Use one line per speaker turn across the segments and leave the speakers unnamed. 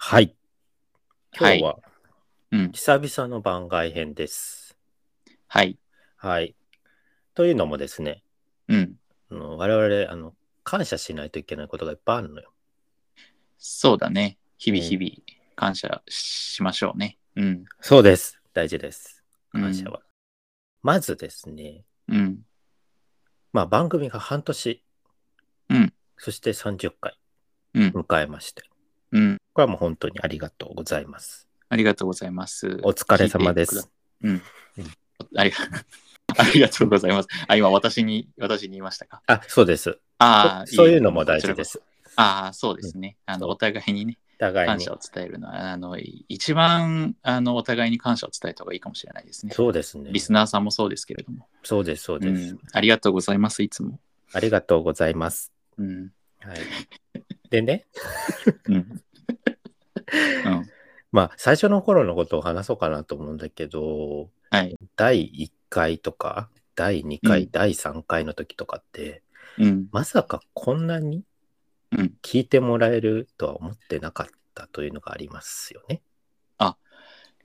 はい。今
はい
日は
うん。
久々の番外編です。
はい。
はい。というのもですね、
うん。
あの我々あの、感謝しないといけないことがいっぱいあるのよ。
そうだね。日々日々、感謝しましょうね。うん。
そうです。大事です。
うん
感謝は。まずですね、
うん。
まあ、番組が半年、
うん
そして30回
うん。
迎えまして、
うん。
これはもう本当にありがとうございます。
ありがとうございます。
お疲れ様で
聞いて
す。
くだ。うん
うん。
ありがありがと うございます。あ、今、私に、私に言いましたか。
あ、そうです。
ああ、
そそういうのも大事
こちら
で
こそ
す。
ああ、そうですね。あの、
そう
お互いにね、
互い
感
に
謝。を伝えるのは、あの、い一番、あの、お互いに感謝を伝えた方がいいかもしれないですね。
そうですね
リ。スナーさんもそうですけれども。
そうです、そう
う
です
ん。。ありがとうございます、いつも。
ありがとうございます。
うん。
はい。でね、
うん。うん。
まあ、最初の頃のことを話そうかなと思うんだけど、
はい
第1回とか、第2回、
うん
第3回の時とかって、
うん。
まさかこんなに
うん
聞いてもらえるとは思ってなかったというのがありますよね。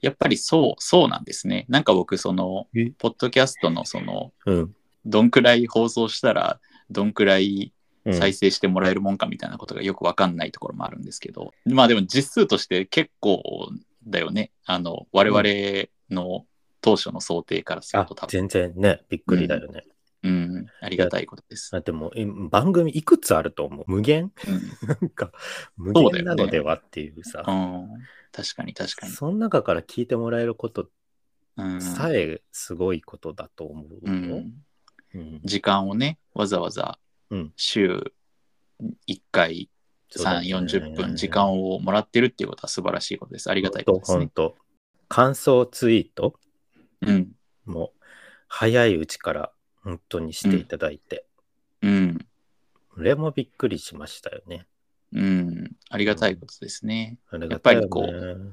やっぱりそう、そうなんですね。なんか僕、その
え、
ポッドキャストの、その、
うん。
どんくらい放送したら、どんくらい
うん
再生してもらえるもんかみたいなことがよくわかんないところもあるんですけど、まあでも実数として結構だよね。あの、我々の当初の想定からする
あ
と多分、
全然ね、びっくりだよね。
うん、ありがたいことです。
だってもう今番組いくつあると思う無限
うん
なんか、無
そうだよね
限なのではっていうさ、
うん、確かに確かに。
その中から聞いてもらえること
うん
さえすごいことだと思う
う
よ。
ん、
うん
時間をね、わざわざ
うん
週1回
そうだ
3、
ね
40分時間をもらってるっていうことは素晴らしいことです。ありがたいこ
本
とで
当
すね
本。当感想ツイート
うん。
も早いうちから本当にしていただいて、
うん。
これもびっくりしましたよね。
うん。ありがたいことですね。
ありがたいよね
やっぱり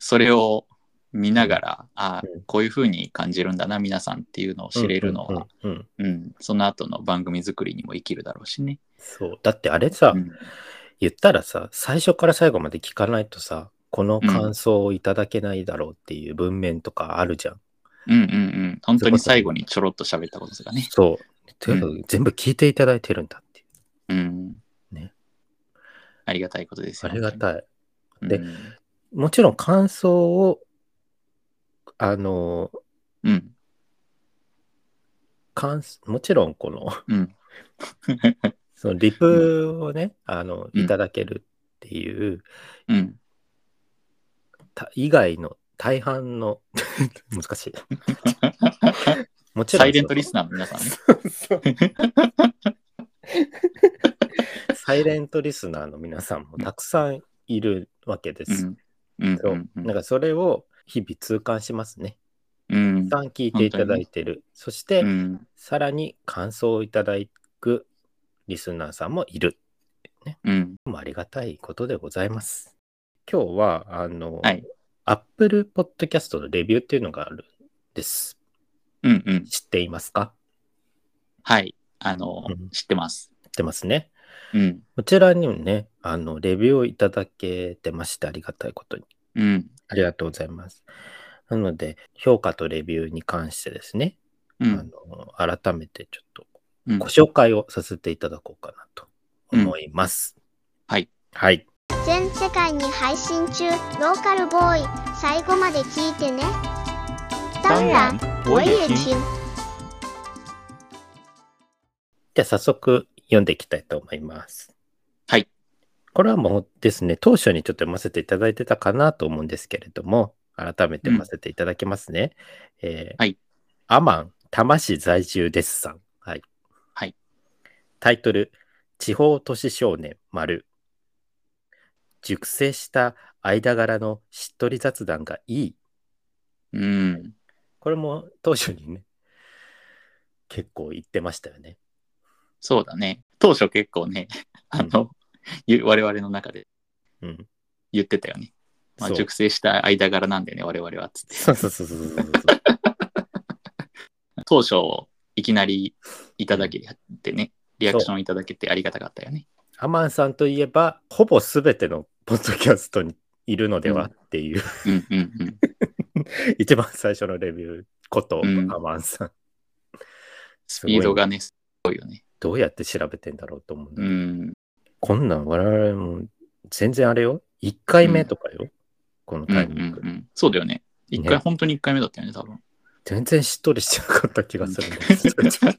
それを見ながら、あ
うん
こういうふうに感じるんだな、皆さんっていうのを知れるのは、
うんうんうんうん
うんその後の番組作りにも生きるだろうしね。
そうだってあれさ、
うん
言ったらさ最初から最後まで聞かないとさこの感想をいただけないだろうっていう文面とかあるじゃん。
うんうんうん。本当に最後にちょろっと喋ったことですかね。
そう。とにかく全部聞いていただいてるんだっていう。
うん。
ね
ありがたいことです
あ
よ
りがたい。
本
で
当に
もちろん感想を、あの、
うん。うん。
感もちろんこの、
うん。
そのリプをね、あの、
うん
いただけるっていう、
うん。
た以外の大半の、 難しい。もちろん。
サイレントリスナーの皆さんね。
ナー。 サイレントリスナーの皆さんもたくさんいるわけで
う
す。
ん。うん。
そううん
う
なん
ん
かそれを日々痛感しますね。
うん
たくさん聞いていただいてる。そして、
うん。
さらに感想をいただくリスナーさんもいる。
うん。
もうありがたいことでございます。今日は、あの、
はい
Apple Podcast のレビューっていうのがあるんです。
うん。うん。
知っていますか
はい。あの、
うん
知ってます。
知ってますね。
うん。
こちらにもね、あの、レビューをいただけてまして、ありがたいことに。
うん。
ありがとうございます。なので、評価とレビューに関してですね、
う
あ
ん。
の改めてちょっと
うん
ご紹介をさせていただこうかなと思います。
はい。
はい。
全世界に配信中ローカルボーイ最後まで聞いてね当然我也听
じゃあ早速読んでいきたいと思います。
はい。
これはもうですね、当初にちょっと読ませていただいてたかなと思うんですけれども、改めて読ませていただきますね。えー
はい。
アマン、多摩市在住ですさん。はい。
はい。
タイトル、地方都市少年丸。熟成した間柄のしっとり雑談がいい。
うん。
これも当初にね、結構言ってましたよね。
そうだね。当初結構ね、あの、ゆ我々の中で
うん。
言ってたよね。まあ、
そう
熟成した間柄なんでね、我々はっつって。
そうそうそうそうそう そう。
当初、いきなりいただけてね、リアクションいただけてありがたかったよね。
アマンさんといえば、ほぼすべてのポッドキャストにいるのではっていう、
うんうんうん。
一番最初のレビューこと、
うん
アマンさん。
スピードがね、すごいよね。
どうやって調べてんだろうと思うんだ
う
けど
ん。
こんなん我々も全然あれよ。1回目とかよ。この
うんうんう
タイミング。
ん。そうだよね。一回、
ね
本当に一回目だったよね、多分。
全然しっとりしてなかった気がするんですけど。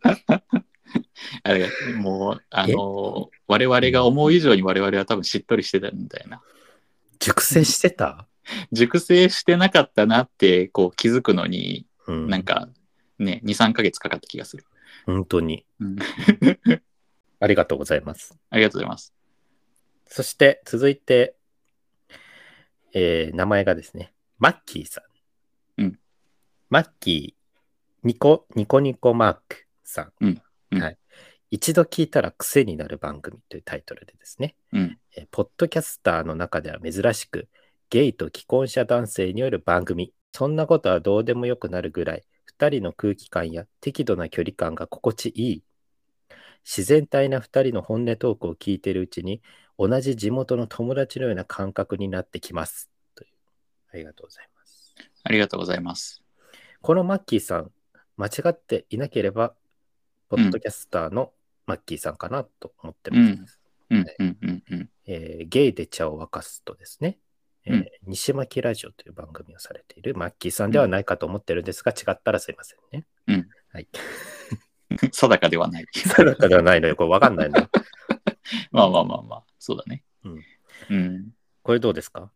あれがもう、あの、我々が思う以上に我々は多分しっとりしてたみたいな。
熟成してた、
熟成してなかったなって、こう気づくのに、
うん、
なんか、ね、2、3ヶ月かかった気がする。
本当に
うん
ありがとうございます。
ありがとうございます。
そして続いて、えー名前がですね、マッキーさん。
うん
マッキー、ニコ、ニコニコマークさん。
うんうん
はい。一度聞いたら癖になる番組というタイトルでですね、
うん。
えーポッドキャスターの中では珍しく、ゲイと既婚者男性による番組。そんなことはどうでもよくなるぐらい、2人の空気感や適度な距離感が心地いい。自然体な2人の本音トークを聞いているうちに、同じ地元の友達のような感覚になってきます。というありがとうございます。
ありがとうございます。
このマッキーさん、間違っていなければ、ポッドキャスターのマッキーさんかなと思ってます。
うんうんうんうんうん。
えーゲイで茶を沸かすとですね、えー
うん
西巻ラジオという番組をされているマッキーさんではないかと思ってるんですが、違ったらすいませんね。
定かではない。
定かではないのよ。これわかんないのよ。
まあまあまあまあ、そうだね。
うん
うん
これどうですか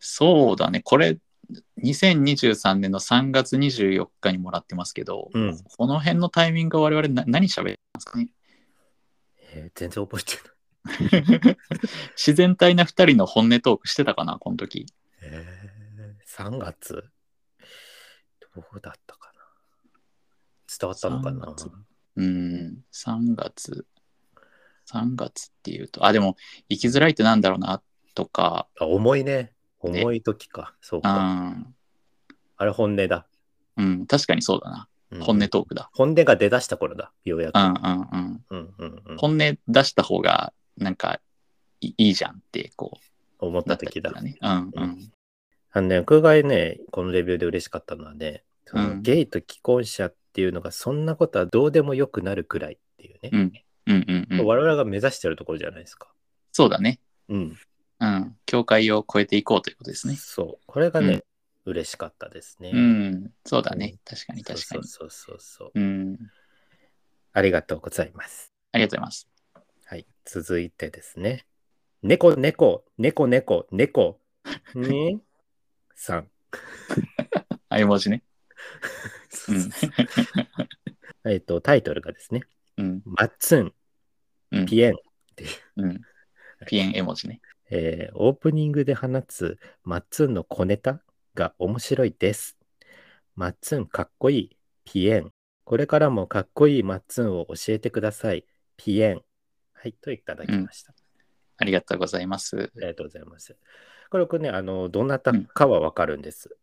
そうだね。これ、2023年の3月24日にもらってますけど、
うん
この辺のタイミングは我々な何喋ってますかね
えー全然覚えて
自然体な2人の本音トークしてたかな、この時。
ない。3月どうだったかな伝わったのか
3
な
月うん、3月。3月っていうと、あ、でも、生きづらいってなんだろうな、とか、
あ重いね。
ね
重い時か。そうか。
うん、
あれ本音だ。
うん、確かにそうだな。
うん
本音トークだ。
本音が出だした頃だ。ようやく
うん、。うん、うん。
うんうんうん、
本音出した方が、なんか、いいいじゃんって、こう、
思っ
な
た
った
時だ。
ね。うん、う。
うんあのね、僕がね、このレビューで嬉しかったのはね、その
うん
ゲイと既婚者っていうのが、そんなことはどうでもよくなるくらいっていうね、
うん、うん、うん、うん。
我々が目指してるところじゃないですか。
そうだね。
うん。
うん。境界を越えていこうということですね。
そう。これがね、嬉しかったですね。
うん。そうだ
う
ね。確かに、
そう
確か
そう
に。
そうそうそう。
うん。
ありがとうございます。
ありがとうございます。
はい。続いてですね。猫、猫、猫、猫、猫、 ね、さん。
あい文字ね。
そううそ
ん
う。そうえっと、タイトルがですね、
うん。
マッツン、
うん
ピエン、
うん。ピエン絵文字ね。
えーオープニングで放つマッツンの小ネタが面白いです。マッツンかっこいい。ピエン。これからもかっこいいマッツンを教えてください。ピエン。はい、といただきました。
ありがとうございます
あ。りがとうございます。これ、僕ね、あの、どなたかはわかるんです。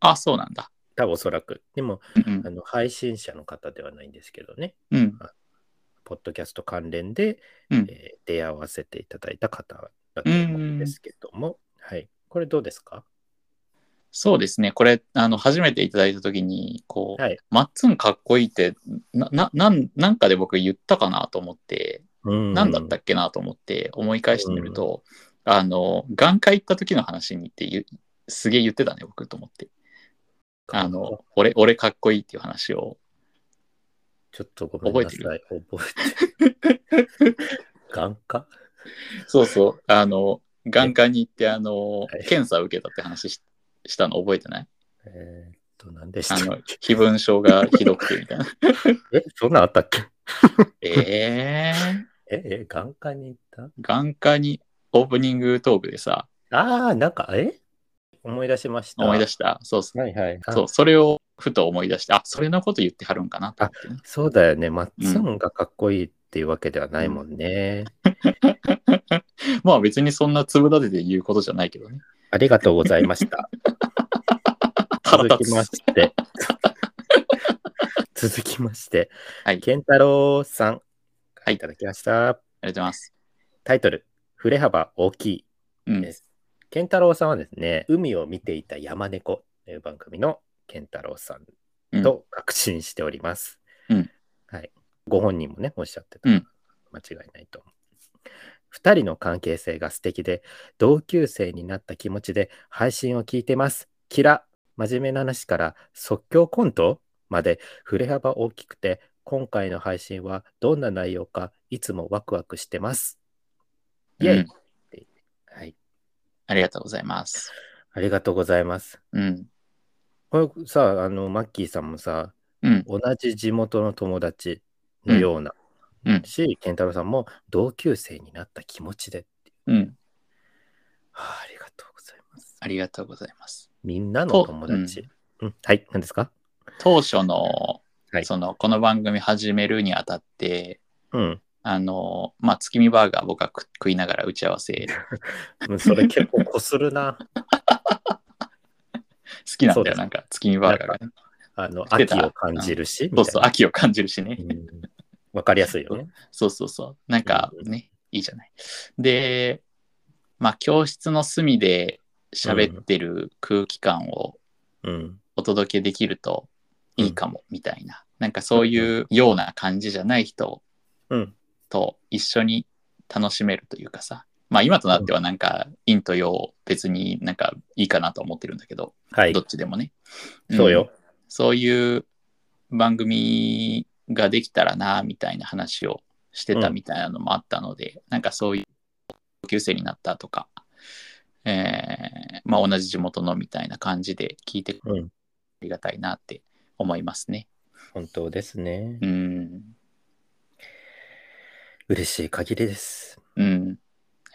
あ、そうなんだ。
多分おそらく。でも、
うん
あの配信者の方ではないんですけどね、
うん。うん。
ポッドキャスト関連で、
うん
えー出会わせていただいた方だと思うんですけども、はい。これどうですか
そうですね。これ、あの、初めていただいたときに、こう、
はい
マッツンかっこいいって、な、な、なん、なんかで僕言ったかなと思って、
何
何だったっけなと思って思い返してみると、あの、眼科行った時の話にって言う、すげえ言ってたね、僕と思って。あの、俺、俺かっこいいっていう話を。
ちょっとごめんなさい。
覚
覚え てる。眼科
そうそう。あの、眼科に行って、あの
い、
検査を受けたって話ししたの覚えてない
えーっと、何でし
あ
た
の
っ、
非文症がひどくてみ たいな。
けえ、そんなんあったっけ
え
え、
ー、
え、眼科に行っ
眼科にオープニングトークでさ、
たああ、なんか、え思い出しました。
思い出した。そうそう。
はいはい。あ
そう、それをふと思い出して、あ、それのこと言ってはるんかなと思ってね、
そうだよね。マッツンがかっこいいっていうわけではないもんね。
まあ別にそんな粒立てて言うことじゃないけどね。
ありがとうございました。
腹
続
立つ
きまして。 続きまして、
はい
健太郎さん、
はい
いただきました。
ありがとうございます。
タイトル、振れ幅大きい。
うん
で。す。健太郎さんはですね、海を見ていた山猫という番組の健太郎さんと確信しております。
うん
はい。ご本人もね、おっしゃってた。
うん
間違いないと思う。二人の関係性が素敵で、同級生になった気持ちで配信を聞いてます。キラ、真面目な話から即興コントまで振れ幅大きくて、今回の配信はどんな内容かいつもワクワクしてます。イェイ、
うん
はい。
ありがとうございます。
ありがとうございます。
うん。
これさ、あの、マッキーさんもさ、
うん。
同じ地元の友達のような、
うんうん
し、健太郎さんも同級生になった気持ちで。
うん。
はあ、ありがとうございます。
ありがとうございます。
みんなの友達。うんはい、何ですか
当初の、
はい
その、この番組始めるにあたって、
うん。
あの、まあ、月見バーガー僕は食食いながら打ち合わせ、
うんそれ結構こする な。
好きなん
そうで
だよ、
す
なんか月見バーガーがね。
あの、
てた
秋を感じるし。
そうそう、
み
秋を感じるしたね。
いなうんわかりやすいよね。
そうそうそう。なんかね、いいじゃない。で、まあ、教室の隅で喋ってる空気感を
うん。
お届けできるといいかも、みたいな。なんかそういうような感じじゃない人
うん。
と一緒に楽しめるというかさ。まあ今となってはなんか陰と陽別になんかいいかなと思ってるんだけど、
はい
ど。っちでもね。ん
そうよ。
そういう番組ができたらな、みたいな話をしてたみたいなのもあったので、なんかそういう同級生になったとか、えーまあ同じ地元のみたいな感じで聞いてくれ
うん。
ありがたいなって思いますね。
本当ですね
う。ん。
嬉しい限りです。
うん。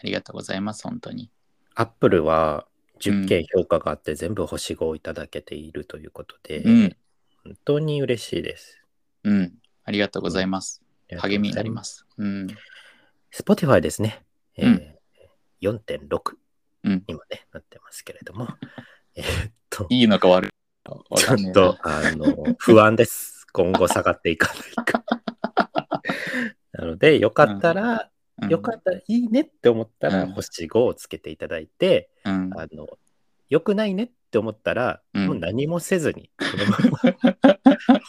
ありがとうございます、本当に。
アップルは
うん
10件評価があって全部星5をいただけているということで、
うん。
本当に嬉しいです。。
うん。ありがとうございます。励みになりますす。うん。
Spotify ですね。えー
うん
4.6、
うん
今ね、なってますけれ ども、えーっと、
いいのか悪いのかわ
ちょ
かんね
っ
えな
と、あ の、不安です。今後下がっていかないか。なので、よかったら、
うん
よかったら、いいねって思ったら、
うん
星5をつけていただいて、
うん。
あの、良くないねって思ったら、
うん
もう何もせず に、このま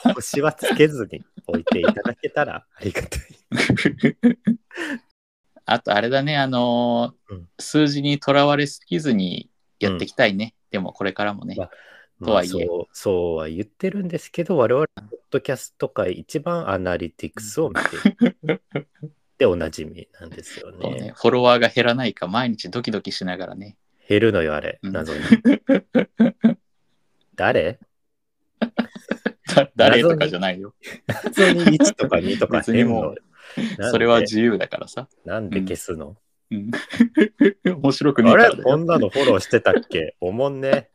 ま星はつけずに置いていただけたら ありがたい。
あとあれだね、あのー
うん
数字にとらわれすぎずにやっていきたいね。でもこれからもね
ま。あ
とはいえ
まあそう、そうは言ってるんですけど、我々、ポッドキャスト界一番アナリティクスを見てい る。で、おなじみなんですよ
そう
ね。
ねフォロワーが減らないか毎日ドキドキしながらね。
減るのよ、あれ、
うん
謎に。 誰
だ誰とかじゃないよ。
謎に1とか2とか
別に
減る
も
の
う
なん
それは
で
自由だからさ。
なんで消すの、
うん面白くねえ
あ
から
れ
だよ
こんなのフォローしてたっけ おもんね。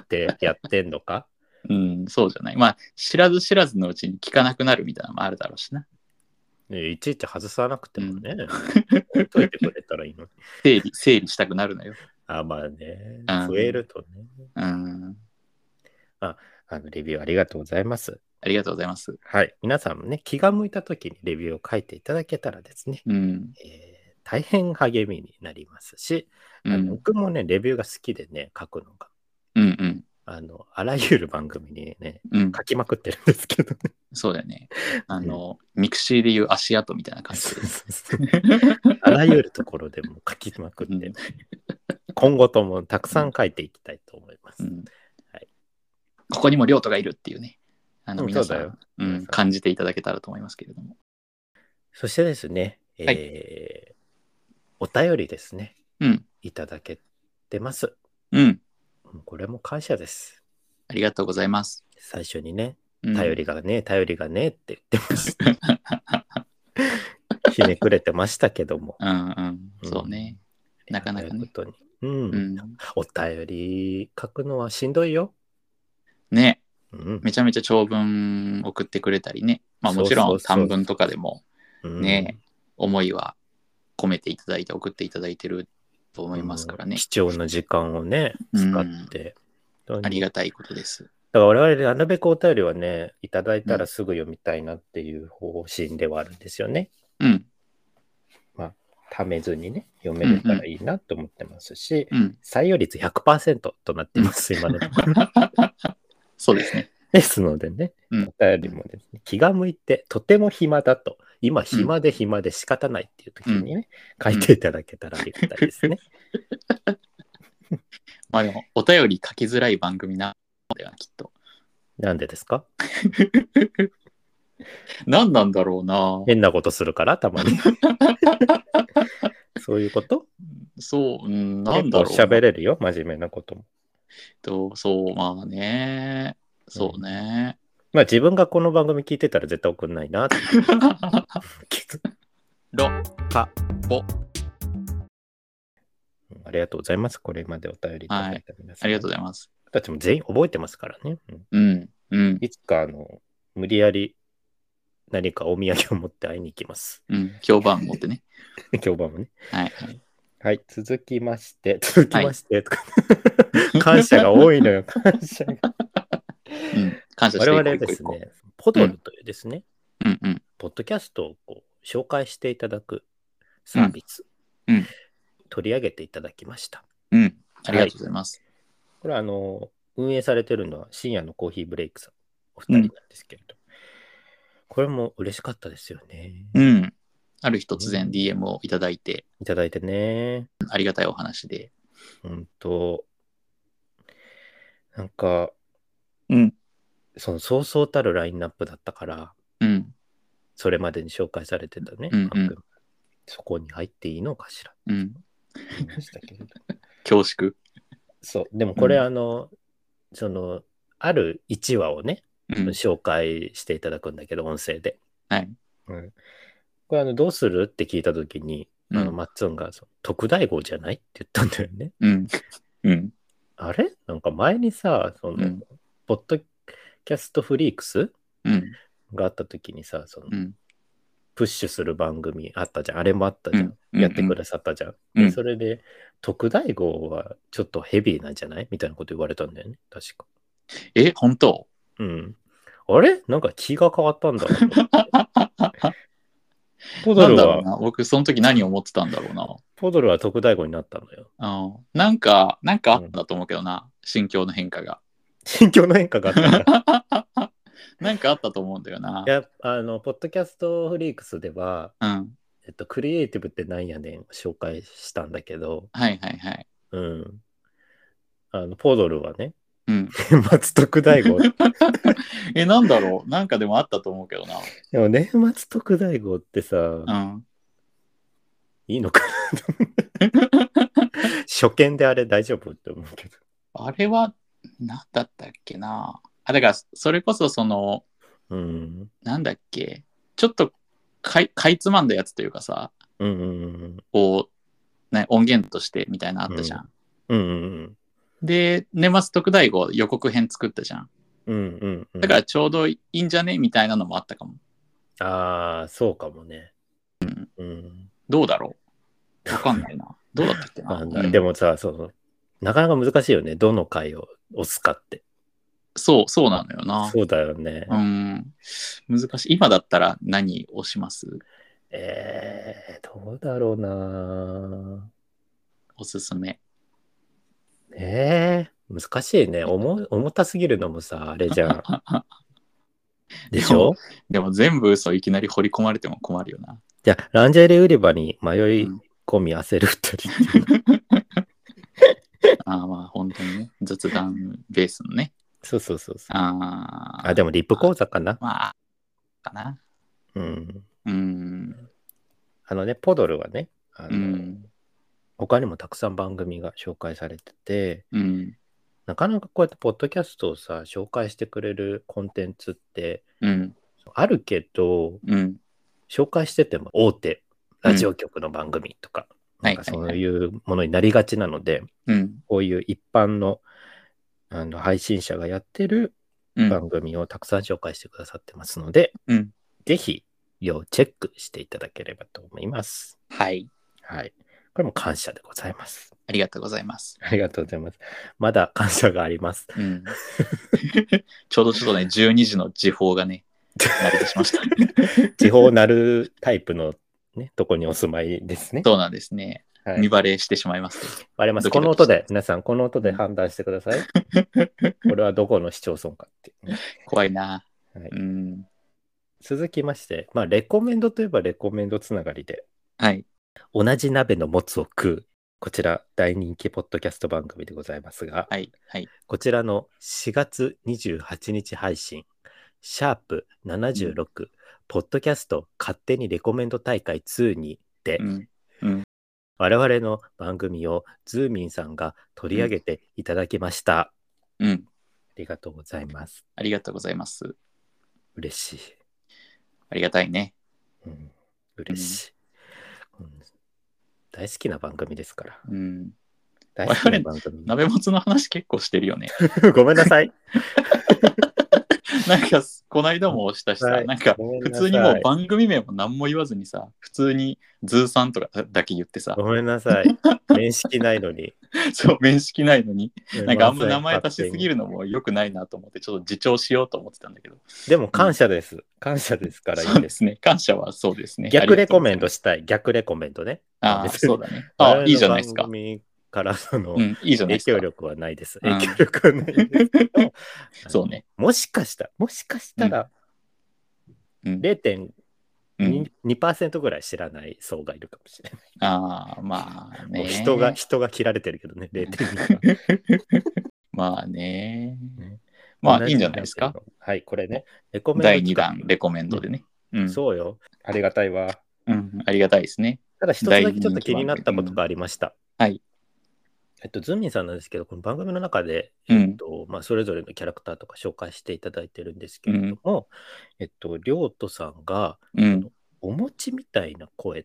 ってやってんのか
うん、そうじゃない。まあ、知らず知らずのうちに聞かなくなるみたいなのもあるだろうしな。
ねいちいち外さなくてもね。置いといてくれたらいいのに。
整理、整理したくなるのよ。
あ、まあね
うん。
増えるとね。
うん。
あの、レビューありがとうございます。
ありがとうございます。
はい。皆さんもね、気が向いた時にレビューを書いていただけたらですね、
うん。
えー大変励みになりますし、あ
う
の
ん。
僕もね、レビューが好きでね、書くのが。
うん。うん。
あの、あらゆる番組にね、
うん。
書きまくってるんですけどね。
そうだよね。あの、ミクシーでいう足跡みたいな感じ
そ
で
う。そう そうあらゆるところでも書きまくって、今後ともたくさん書いていきたいと思います。
うん
はい
ここにも亮斗がいるっていうね、あ
う
の
ん
皆さ
そ
ん
うだよ
うん
皆さん
感じていただけたらと思いますけれども。
そしてですね、えー
は
お便りですね、
うん、
いただけてます。
うん、
うんこれも感謝です。
ありがとうございます。
最初にね、
うん
頼りがねえ、頼りがねえって言ってます。 ひねくれてましたけども。
うんうん、そうね。なかなか
という
ね。
ことに。うん。
うん、
お便り書くのはしんどいよ。
ね、
うん。
めちゃめちゃ長文送ってくれたりね、まあもちろ
そう
ん
そうそう
短文とかでも
うん
ね、思いは込めていただいて送っていただいてると思いますからね
うん。貴重な時間をね、
うん
使って。本当
あ
に
りがたいことです。
だから我々、なるべくお便りはね、いただいたらすぐ読みたいなっていう方針ではあるんですよね。
うん、
ためずにね、読めれたらいいなと思ってますし、
うん。
採用率100%となってます、今のところ。
そうですね。
ですのでね、
うん
お便りもですね、気が向いて、とても暇だと、今暇で暇で仕方ないっていう時にね、
ん
書いていただけたらありがたいです ね。
まあでも、お便り書きづらい番組なのでは、きっと。
なんでですか
何なんだろうな。
変なことするから、たま に。そういうこと
そう、うん、なん
結
だ
構
ろうな。
喋れるよ、真面目なことも。
と、そう、まあね。そうね。
まあ自分がこの番組聞いてたら絶対送んないな っていう気づ
ろ、か、ぼ。
うんありがとうございます。これまでお便りいただいた皆さん、
ありがとうございます。
僕たちも全員覚えてますからね。うん
うん、うん、
いつか、あの、無理やり何かお土産を持って会いに行きます。
うん。評判持ってね。
評判もね。
はい、はい。
はい、続きまして、続きまして、とか 感謝が多いのよ、感謝が。
うん。感謝して
我
いこ
々は
う
です
一個一個
ね、ポドルというですね、
うん、うん。
ポッドキャストをこう紹介していただくサービス、
うんうん
取り上げていただきました。
うん。ありがとうございます。
これはあの運営されてるのは深夜のコーヒーブレイクさん、お二人なんですけれど、これも嬉しかったですよね。
うん。ある日突然 DM をいただいて、
いただいてね、
ありがたいお話で。
本当なんか、
うん。
そのそうそうたるラインナップだったから、
うん。
それまでに紹介されてたね、
うんうん
番組そこに入っていいのかしら
うん。
と思いましたけれど。
恐縮。
そう、でもこれ、
うん
あの、その、ある1話をね、
うん。
紹介していただくんだけど、音声で。
はい。
うんこれ、あの、どうするって聞いたときに、
う
あの、
ん。
マッツンが、その特大号じゃないって言ったんだよね。
うん。うん。
あれなんか前にさ、その、
うん
ポッドキャストフリークス
うん。
があったときにさ、その、
うん。
プッシュする番組あったじゃん。あれもあったじゃん。
うん
やってくださったじゃん。
うん
でそれで、特大号はちょっとヘビーなんじゃないみたいなこと言われたんだよね。確か。
え、本当
うん。あれなんか気が変わったんだろうと思って。 ポド
なん
ル
だろう
は、
な。僕、その時何を思ってたんだろうな。
ポドルは特大号になったのよ。
うんなんか、なんかあったと思うけどな。心境の変化が。
心境の変化があったから。い
なんかあったと思うんだよな。
や、あの、ポッドキャストフリークスでは、
うん。
えっと、クリエイティブってなんやねんを紹介したんだけど、
はいはいはい。
うん。あの、ポドルはね、
うん。
年末特大 号。
え、なんだろ う。なんかでもあったと思うけど
でも年末特大号ってさ、
な。うん。
いいのかなと思って初見であれ大丈夫って思うけど。
あれは、なんだったっけな。あ、だから、それこそその、
うん。
なんだっけ。ちょっとかい、かいつまんだやつというかさ、
うんうんうん。
こう、ね、音源としてみたいなのあったじゃん。
うんうん
で、年末特大号予告編作ったじゃん。
うん。うんうんうん。
だからちょうどいいんじゃねみたいなのもあったかも。
ああ、そうかもね。うん。
どうだろうわかんないな。どうだったっけな。
あの
うん
でもさ、その、なかなか難しいよね。どの回を押すかって。
そう、そうなのよな。
そうだよね。
うん。難しい。今だったら何をします
えー、どうだろうな
おすすめ。
えー、難しいね。重重たすぎるのもさ、あれ じゃん。でしょ
でも全部嘘いきなり掘り込まれても困るよな。
じゃあ、ランジェリー売り場に迷い
うん
込み焦る二人っていうの
ああまあ本当にね。雑談ベースのね。
そうそうそうそう。
ああ。
あ、でもリップ講座かな。
まあ、かな。
うん。
うん。
あのね、ポドルはね、あの
うん。
他にもたくさん番組が紹介されてて、
うん。
なかなかこうやってポッドキャストをさ、紹介してくれるコンテンツって
うん。
あるけど、
うん。
紹介してても大手ラジオ局の番組とか、
うん
なんか
はいはい
そ
は
う
い
いうものになりがちなので、
うん。
こういう一般のあの配信者がやってる
うん。
番組をたくさん紹介してくださってますので、
うん。
ぜひ要チェックしていただければと思います。
はい。
はい。これも感謝でございます。
ありがとうございます。
ありがとうございます。まだ感謝があります。
うん、ちょうどちょっとね、12時の時報がね、鳴り出しました。
地方なるタイプのね、 どこにお住まいですね。
そうなんですね。
はい
見、バレしてしまいますけど。
割れます。
ドキ
この
ドキ
音で、皆さん、この音で判断してくださ い。これはどこの市町村かっていうね、
怖いな。
はい
うん。
続きまして、まあ、レコメンドといえばレコメンドつながりで、
はい。
同じ鍋のもつを食う。こちら、大人気ポッドキャスト番組でございますが、
はい。はい。
こちらの4月28日配信、シャープ76、ポッドキャスト勝手にレコメンド大会2にて、
うん。
我々の番組をズーミンさんが取り上げていただきました。
うん。
ありがとうございます。
ありがとうございます。
嬉しい。
ありがたいね。
うん、嬉しい、うん大好きな番組ですから。
うん。
大好きな番組。
鍋もつの話結構してるよね。
ごめんなさい。
なんか、こないだもしたしさ、
はい
なんか、
ごめん
普
なさい
通にもう番組名も何も言わずにさ、普通にズーさんとかだけ言ってさ、
ごめんなさい。面識ないのに。
そう、面識ないのに、 なんかあんま名前足しすぎ
る。
るのも良くないなと思って、ちょっと自重しようと思ってたんだけど、
でも感謝です。感謝ですからい
そ
いうで。
ですすね。 感謝はそうですね。
逆レコメン
あり
ド
がとうございます
したい。逆レコメンドね。
ああ、
別に
そ うだね。ああ、いいじゃないです
我
か
々。の番組からその、
うん、いいじゃな
影
いですか。
響力はないです。
うん
影響力はないですけど
そうね。
もしかしたら、もしかしたら
うん。
0.2%
うん、
ぐらい知らない層がいるかもしれない。
ああ、まあ
も
ね。
う人が、。人が切られてるけどね、0.2%が。
まあね
ね。
まあ、いいんじゃないですか。。
はい、これね。レコメンド
第
企
2
画
弾、レコメンドでね。うん。
そうよ。ありがたいわ。
うん、ありがたいですね。
ただ一つだけちょっと気になったことがありました。
大人気番組
えっと、ズーミンさんなんですけど、この番組の中で、
うん
えっとまあ、それぞれのキャラクターとか紹介していただいてるんですけれども、えっと、りょうとさんが、
うん。
お餅みたいな声っ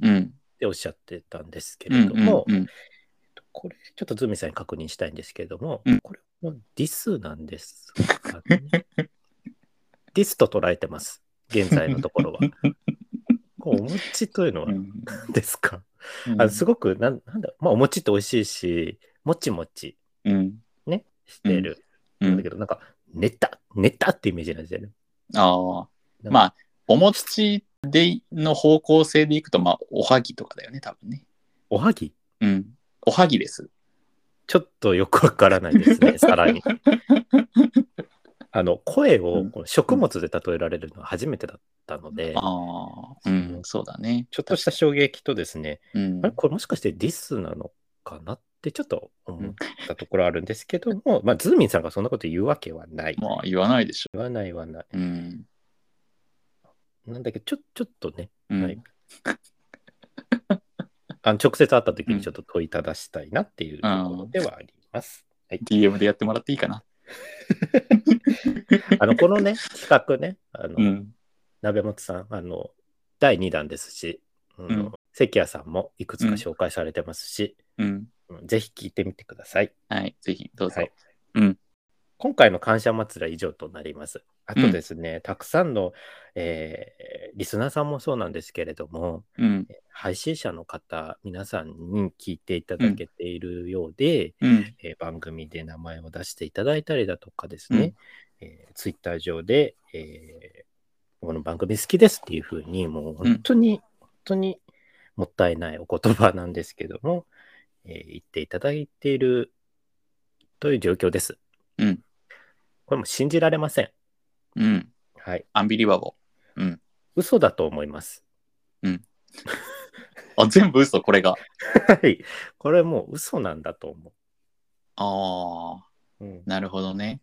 うん。
ておっしゃってたんですけ
う
れ
ん
ど。
うん
も、
うん。
これ、ちょっとズーミンさんに確認したいんですけれども、
うん
これもディスなんですか ね。ディスと捉えてます、現在のところは。こうお餅というのは
うん
何ですか、
うん
あのすごくなん、なんだろう、まあ、お餅って美味しいし、もちもち
うん。
ね、してる
うん
だ
ん
け。ど、なんか、寝た、寝たってイメージなんですよね。
あ
な
あ。
んか
まあ、お餅での方向性でいくと、まあ、おはぎとかだよね、多分ね。
おはぎ
うん。おはぎです。
ちょっとよくわからないです ね、さらに。あの、声
う
を
ん
この食物で例えられるのは初めてだったので、
ああ。うん、そうだね。
ちょっとした衝撃とですね、
うん
あれ、これもしかしてディスなのかなってちょっと思ったところあるんですけども、まあ、ズーミンさんがそんなこと言うわけはない。
まあ、言わないでしょ。
言わないはない。
うん。
なんだけど、ちょ、ちょっとね、
うん
はいあの直接会った時にちょっと問いただしたいなっていうところではあります。
DM でやってもらっていいかな。
あの、こ のね、企画ね、あの、
うん。
鍋本さん、あの、第2弾ですし、あの
うん
関谷さんもいくつか紹介されてますし、
うん。
うんぜひ聞いてみてください。
はい、ぜひ、どうぞ。
はい
うん
今回の感謝祭は以上となります。あとですね、たくさんの、えーリスナーさんもそうなんですけれども、
うん。
配信者の方、皆さんに聞いていただけているようで、
うん。
えー番組で名前を出していただいたりだとかですね、えツイッター Twitter 上で、えーこの番組好きですっていうふうに、もう本当に、本当にもったいないお言葉なんですけども、えー言っていただいているという状況です。
うん
これも信じられません。
うん。
はい。
アンビリバボー。うん。
嘘だと思い ます。
あ、全部嘘、これが。
はい。これもう嘘なんだと思
ああ、
う。うん
なるほどね。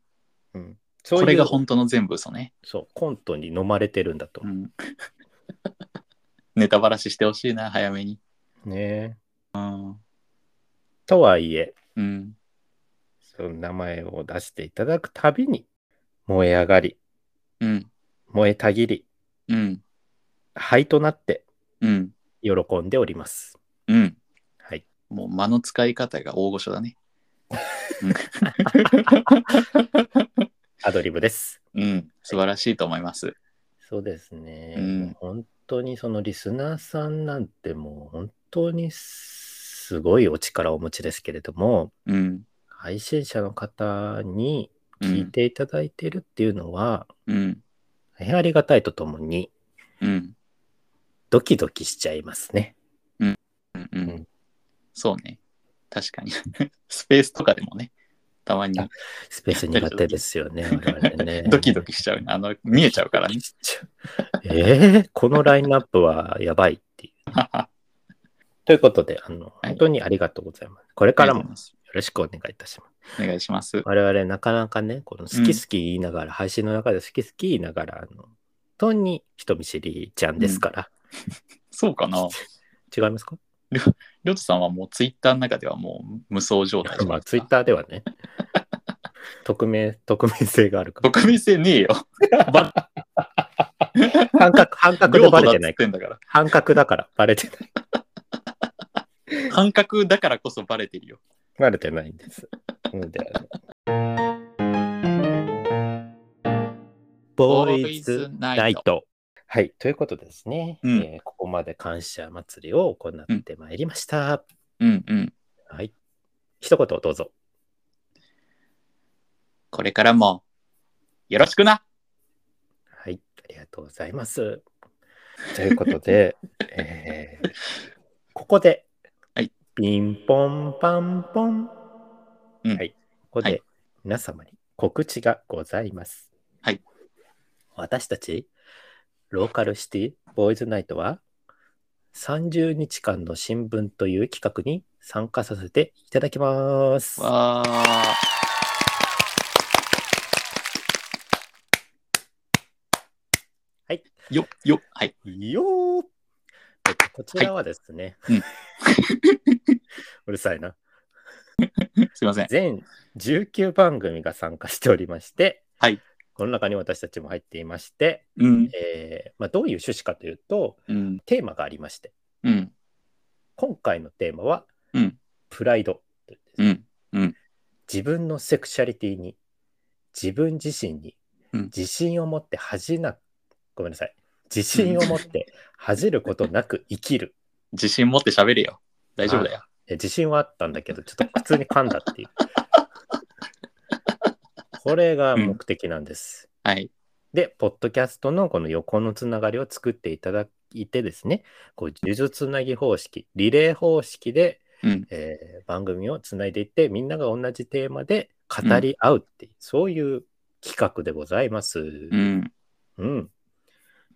うん、そういう
これが本当の全部嘘ね。
そう、コントに飲まれてるんだと
う
思
ん。 ネタばらししてほしいな、早めに。
う。ねえ
うん。
とはいえ、
うん。
その名前を出していただくたびに、燃え上がり、
うん。
燃えたぎり、
うん。
灰となって
うん。
喜んでおります。
うん。
はい。
もう間の使い方が大御所だね。
アドリブです。
うん。素晴らしいと思います。
そうですね。
うん
もう本当にそのリスナーさんなんてもう本当にすごいお力をお持ちですけれども、
うん。
配信者の方に
う
聞い
ん。
ていただいているっていうのは、
うん。
大変ありがたいとともに、
うん。
ドキドキしちゃいますね。
うんう
うん
ん。そうね。確かに。 スペースとかでもね、たまに。
あスペース苦手ですよね、我々ね
ドキドキしちゃうね。あの、見えちゃうか らね。
えー、このラインナップはやばいっていう。ということで、あの、
い
本当にありがとうございます。これ からもよろしくお願いいたします。
お願いします。
我々なかなかね、この好き好き言いながら、配信の中で好き好き言いながら、あの、本当に人見知りちゃんですから。
そうか な。
違いますか
りょうとさんはもうツイッターの中ではもう無双状態じゃ
ま
ない
あ、
です
ツイッ
か。
ターでは ね、匿名、匿名性があるから。
匿名性ねえよ。
半角、半角で
りょうと
バレ
だって
な
つっ
い。
てんだから。
半角だからバレてない。
感覚だからこそバレてるよ。
バレてないんです。うんでボーイズナ
ナ
イ。ト。はい、ということですね、
うん
えーここまで感謝祭りを行ってまいりました。
うんうん。
はい。一言どうぞ。
これからも、よろしくな
はい、ありがとうございます。ということ で、えーここで、
はい
ピンポンパンポン。
うん
はい、ここ
は
で
い
皆様に告知がございます。
はい。
私たち、ローカルシティボーイズナイトは、30日間の新聞という企画に参加させていただきます。
わあ。
はい。
よ、よ、はい。
よーえっとこちらはですね、
はいうん
うるさいな。
すいません。
全19番組が参加しておりまして、
はい
この中に私たちも入っていまして、
うん。
えーまあ、どういう趣旨かというと、
うん。
テーマがありまして、
うん。
今回のテーマは、
うん
プライドというです
う
ね
ん。
自分のセクシャリティに、自分自身に
うん
自信を持って恥じな、ごめんなさい、自信を持って恥じることなく生きる。
自信持って喋れよ。大丈夫だよ。
いや自信はあったんだ けど、ちょっと普通に噛んだっていう。これが目的なんです。
はい。
で、ポッドキャストのこの横のつながりを作っていただいてですね、こう、呪術つなぎ方式、リレー方式で、
うん。
えー番組をつないでいって、みんなが同じテーマで語り合うっていう、そういう企画でございます。う。
うんん。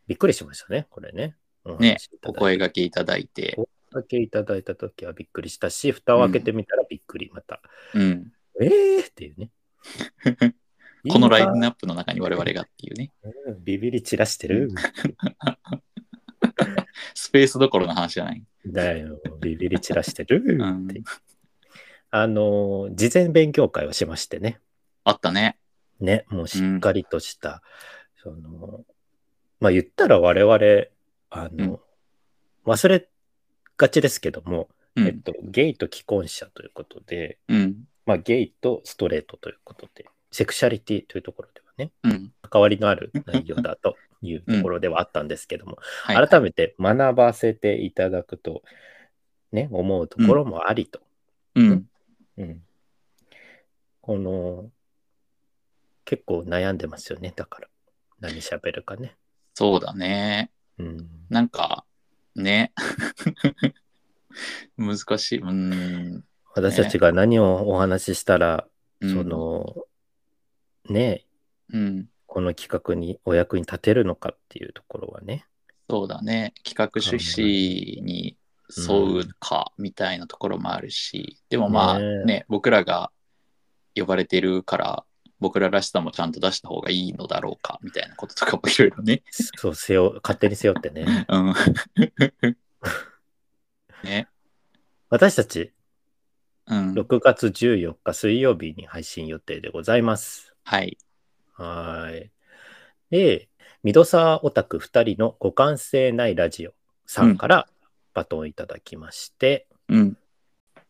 びっくりしましたね、これね。お話
ね
しい、た
お
だいて
声掛けいただいて。
だけいただいた時はびっくりしたし、蓋を開けてみたらびっくり、また。
うん。。
えーっていうね
このライン
な
ナップの中に我々がっていうね。
ビビり散らしてる。
スペースどころの話じゃない。
だよ、ビビり散らしてる
う
っ
ん
て。。あのー、事前勉強会をしましてね。
あったね。
ね、もうしっかりとした、その、まあ言ったら我々、あの、忘れがちですけども、
う
えっ
ん。
と、ゲイと既婚者ということで、
うん。
まあゲイとストレートということで、セクシャリティというところではね、
うん。
関わりのある内容だというところではあったんですけども、
はい。
改めて学ばせていただくと、ね、思うところもありと。
うん。
うんこの、結構悩んでますよね、だから。何喋るかね。
そうだね。
うん、
なんか、ね。 難しい。うーん。
私たちが何をお話ししたら、
うん
そ、の、ね、
うん。
この企画にお役に立てるのかっていうところはね。
そうだね。企画趣旨に沿うか、みたいなところもあるし、でもまあ
ね
ね、僕らが呼ばれてるから、僕ららしさもちゃんと出した方がいいのだろうか、みたいなこととかもいろいろね。
そう、背負、勝手に背負って ね。
うん。ね。
私たち、
うん。
6月14日水曜日に配信予定でございます。
はい。
はーい。で、ミドサーオタク2人の互換性ないラジオさんからバトンいただきまして、
うん。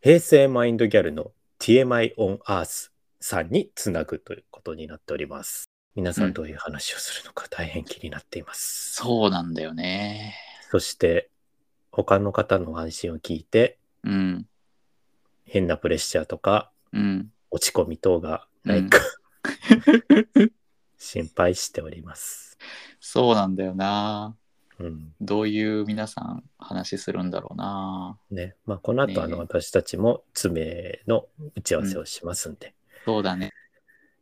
平成マインドギャルの TMI on Earth さんにつなぐということになっております。皆さ
うんん
どういう話をするのか大変気になっています。
そうなんだよね。
そして、他の方の配信を聞いて、
うん。
変なプレッシャーとか
うん。
落ち込み等がないか、 心配しております。
そうなんだよな。
うん
どういう皆さん話するんだろうな
ねまあ、この後あの
ね
私たちも爪の打ち合わせをしますんで、
そうだね。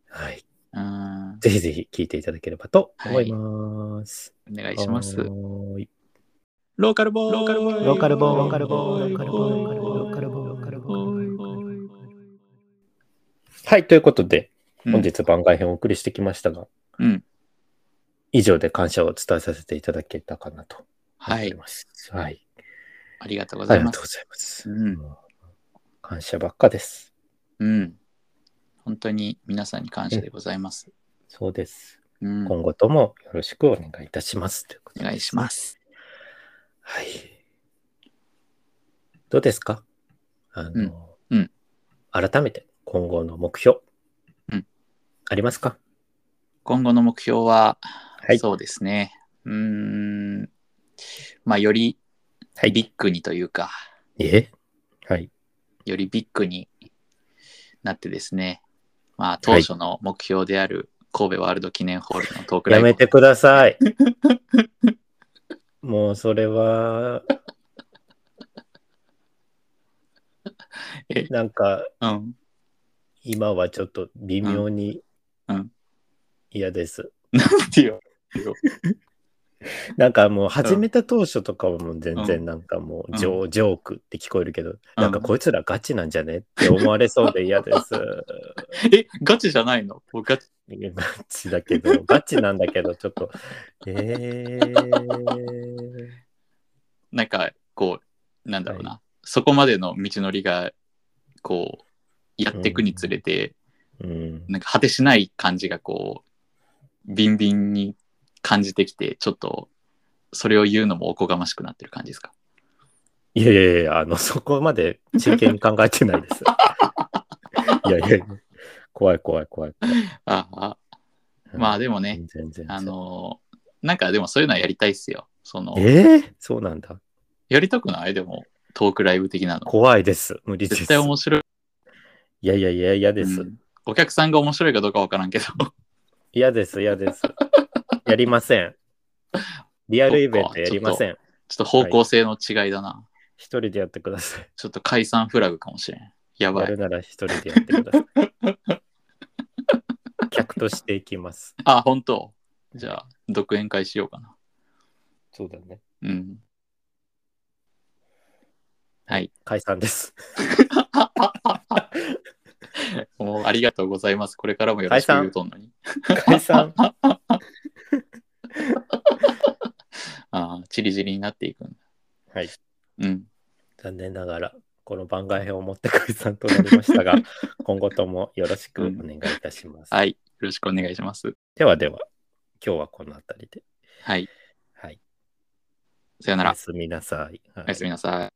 はい、
うん。お
ぜひぜひ聞いていただければと思います。
願いします
は。ーい
ローカルボーイ
ローカルボーイ
ローカルボーイ
ローカルボーイ
ローカルボーイローカルボーイローカルボ
ーイ
はい、ということで、
うん
本日番外編をお送りしてきましたが、
うん
以上で感謝を伝えさせていただけたかなと思
は
っており
い。
ます。はい、
ありがとうご
あ
ざい
りが
ま
とうご。
す
ざいます。
うん
もう感謝ばっかです。
うん。本当に皆さんに感謝でございます。
そうです。
うん。
今後ともよろしくお願いいたします。ということ
お
で
願いします。
はい。どうですかあの、
うんうん
改めて今後の目標、
うん
ありますか
今後の目標は、
はい
そうですね。うーん。まあ、より
はい
ビッグにというか、
えはい。
よりビッグになってですね、まあ、当初の目標である神戸ワールド記念ホールのトークラ
や
イブ、
めてください。 もうそれは
え、
なんか
うん、
今はちょっと微妙に
うんうん
嫌です。
なんてよ。
なんかもう始めた当初とかはもう全
う
然なんかも
う
うんジョ,、ジョークって聞こえるけど、なんかこいつらガチなんじゃねって思われそうで嫌です。
え、ガチじゃないの僕ガチ。
いやガチだけど、ガチなんだけど、ちょっと、えー、
なんか、こう、なんだろうな、
は
そこまでの道のりが、こう、やっていくにつれて、
うん、
なんか果てしない感じがこう、ビンビンに感じてきて、ちょっと、それを言うのもおこがましくなってる感じですか。
いやいやいや、あの、そこまで真剣に考えてないです。いやいやいや、怖い怖い怖い怖い。
ああ、まあでもね、
全然全然。
あのーなんかでもそういうのはやりたいっすよ。その、
えー、そうなんだ。
やりたくないでも、トークライブ的なの。
怖いです。無理です。
絶対面白い。
いやいやいや、嫌です
う。んお客さんが面白いかどうかわからんけど。
嫌です、嫌です。やりません。リアルイベントやりません。
ちょっと方向性の違いだな。
一人でやってください。
ちょっと解散フラグかもしれん。やば
や
い
る。なら一人でやってください。客としていきます。
あ、本当じゃあ、独演会しようかな。
そうだね。
うん。はい。
解散です。
もうありがとうございます。これからもよろしく
解散
言うとんのに。
解散。
ああ、チリジリになっていくんだ。
はい。
うん。
残念ながら、この番外編をもって解散となりましたが、今後ともよろしくお願いいたします。
はい。よろしくお願いします。
ではでは、今日はこの辺りで。
はい。
はい。
さよな
おや
ら。
すみなさい。はい
おやすみなさい。